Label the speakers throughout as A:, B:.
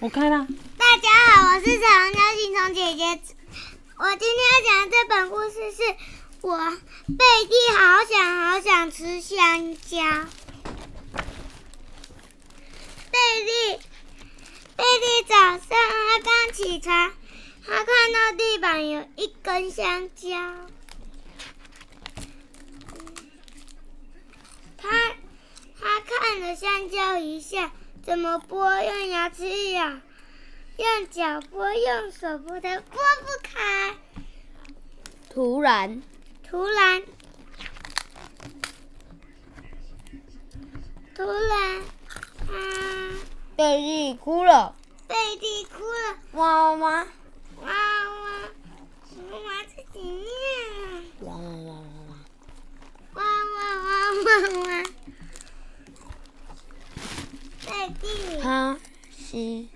A: 我开啦。
B: 大家好，我是彩虹鸟锦虫姐姐。我今天要讲的这本故事是我贝蒂好想好想吃香蕉。贝蒂，贝蒂早上她刚起床，她看到地板有一根香蕉，她她看了香蕉一下，怎么剥？用牙齿一咬。用脚拨，用手拨，它拨不开。
C: 突然，
B: 突然，突然，啊！
C: 贝利哭了。
B: 贝蒂哭了，
C: 哇哇
B: 哇哇！我妈自己念了，
C: 哇哇哇哇哇！
B: 哇哇哇哇哇！贝蒂，
C: 他吸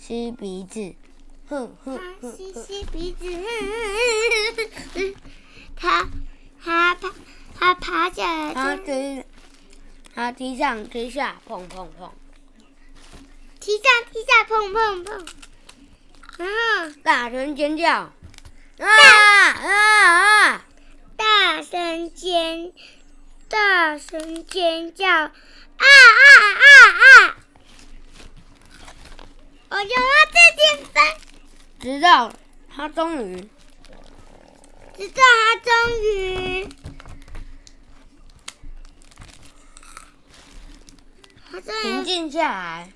C: 吸鼻子，哼哼
B: 他
C: 哼
B: 吸
C: 哼。
B: 吸鼻子，他他爬，他爬下来，
C: 他
B: 就
C: 踢，他踢上踢下，碰碰碰。
B: 踢上踢下，碰碰碰，啊然后。
C: 大声尖叫！啊啊啊！
B: 大声尖，大声尖叫！啊啊啊啊！我就要自己翻，
C: 直到他终于
B: 直到它终于，它
C: 平
B: 终于，
C: 静下来，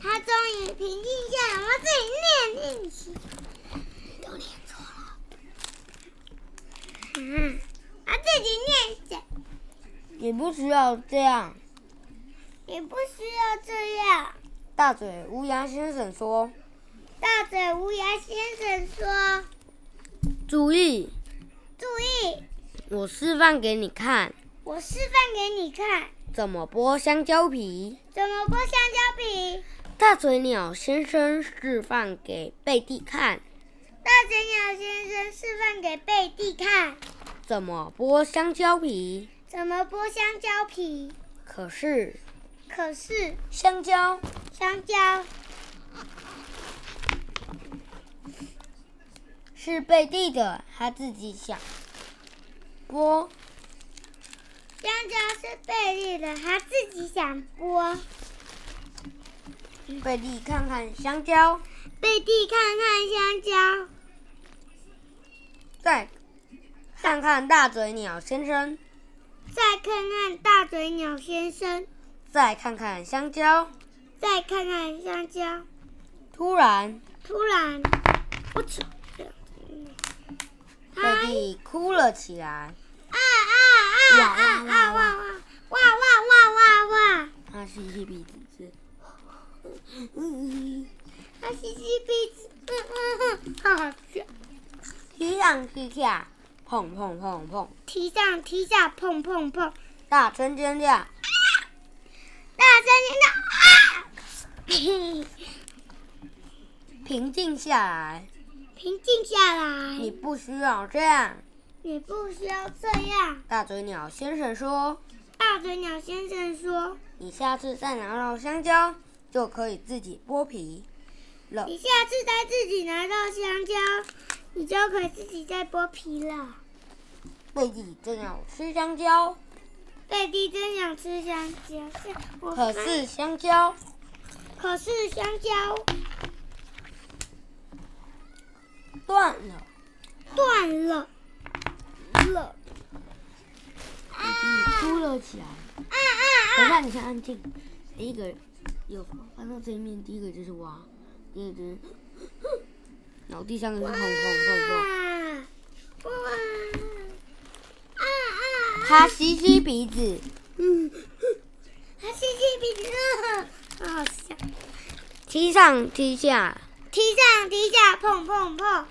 B: 它终于平静下来。我自己念练习，都念错了。嗯，啊，自己念写，
C: 也不需要这样。
B: 也不需要这样。
C: 大嘴乌鸦先生说
B: 大嘴无涯先生说：“
C: 注意，：“
B: 注意，
C: 我示范给你看
B: 我示范给你看，
C: 怎么剥香蕉皮。”
B: 怎么剥香蕉皮。
C: 大嘴鸟先生示范给贝蒂看
B: 大嘴鸟先生示范给贝蒂看，
C: 怎么剥香蕉皮，
B: 怎么剥香蕉皮。
C: 可是
B: 可是
C: 香蕉
B: 香蕉
C: 是贝蒂的，他自己想剥。
B: 香蕉是贝蒂的，他自己想剥。
C: 贝蒂看看香蕉，
B: 贝蒂看看香蕉，
C: 再看看大嘴鸟先生，
B: 再看看大嘴鸟先生，
C: 再看看香蕉。
B: 再看看香蕉。
C: 突然，
B: 突然，我操！
C: 贝蒂哭了起来，
B: 啊啊啊啊啊啊！哇哇哇哇哇哇！
C: 他吸吸鼻子是
B: 他吸吸鼻子，嗯嗯嗯，好好吃。
C: 踢上踢下，碰碰碰碰，
B: 踢上踢下，碰碰碰，
C: 大声尖叫。
B: 大声尖叫啊！
C: 平静下来，
B: 平静下来，
C: 你
B: 你
C: 不需要这样。
B: 你不需要这样。
C: 大嘴鸟先生说
B: 大嘴鸟先生说：“
C: 你下次再拿到香蕉，就可以自己剥皮了
B: 你。下次再自己拿到香蕉，你就可以自己再剥皮了。”
C: 贝蒂正要吃香蕉，
B: 贝蒂真想吃香蕉，我
C: 可是香蕉
B: 可是香蕉
C: 断了。
B: 断了。
C: 了，
B: 啊
C: 哭了起来。
B: 啊啊
C: 等一
B: 啊！
C: 下，你先安静。第一个有翻到这一面，第一个就是蛙，第二个 就是，然后第三个是碰碰碰碰。
B: 哇哇啊啊！
C: 他吸吸鼻子，
B: 嗯，它吸吸鼻子，好笑。
C: 踢上踢下，
B: 踢上踢下，碰碰碰，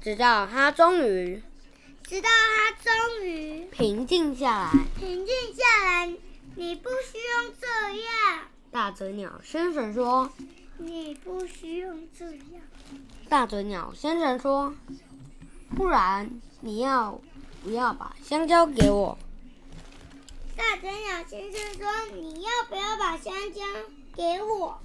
C: 直到他终于
B: 直到它终于
C: 平静下来。
B: 平静下来。你不需用这样，
C: 大嘴鸟先生说
B: 你不需用这样。：“
C: 大嘴鸟先生说，不然你要不要把香蕉给我？
B: 大嘴鸟先生说：“你要不要把香蕉给我？”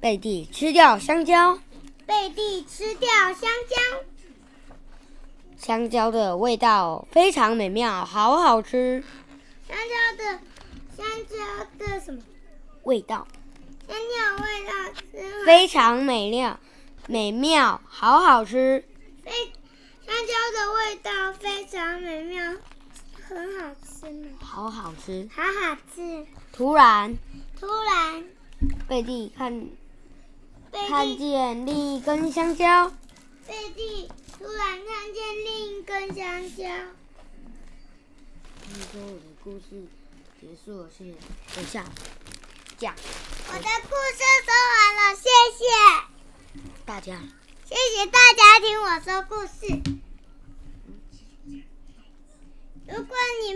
C: 贝蒂吃掉香蕉，
B: 贝蒂吃掉香蕉，
C: 香蕉的味道非常美妙，好好吃。
B: 香蕉的香蕉的什么？
C: 味道
B: 香蕉味道吃了
C: 非常美妙，美妙，好好吃。
B: 非香蕉的味道非常美妙，很好吃呢，
C: 好好吃。
B: 好好吃。
C: 突然，
B: 突然，
C: 贝蒂看
B: 贝
C: 看
B: 蒂
C: 见另一根香蕉，
B: 贝蒂突然看见另一根香蕉。
C: 今天我的故事结束了，谢谢。等一下，讲
B: 我的故事说完了，谢谢，
C: 大家。
B: 谢谢大家听我说故事。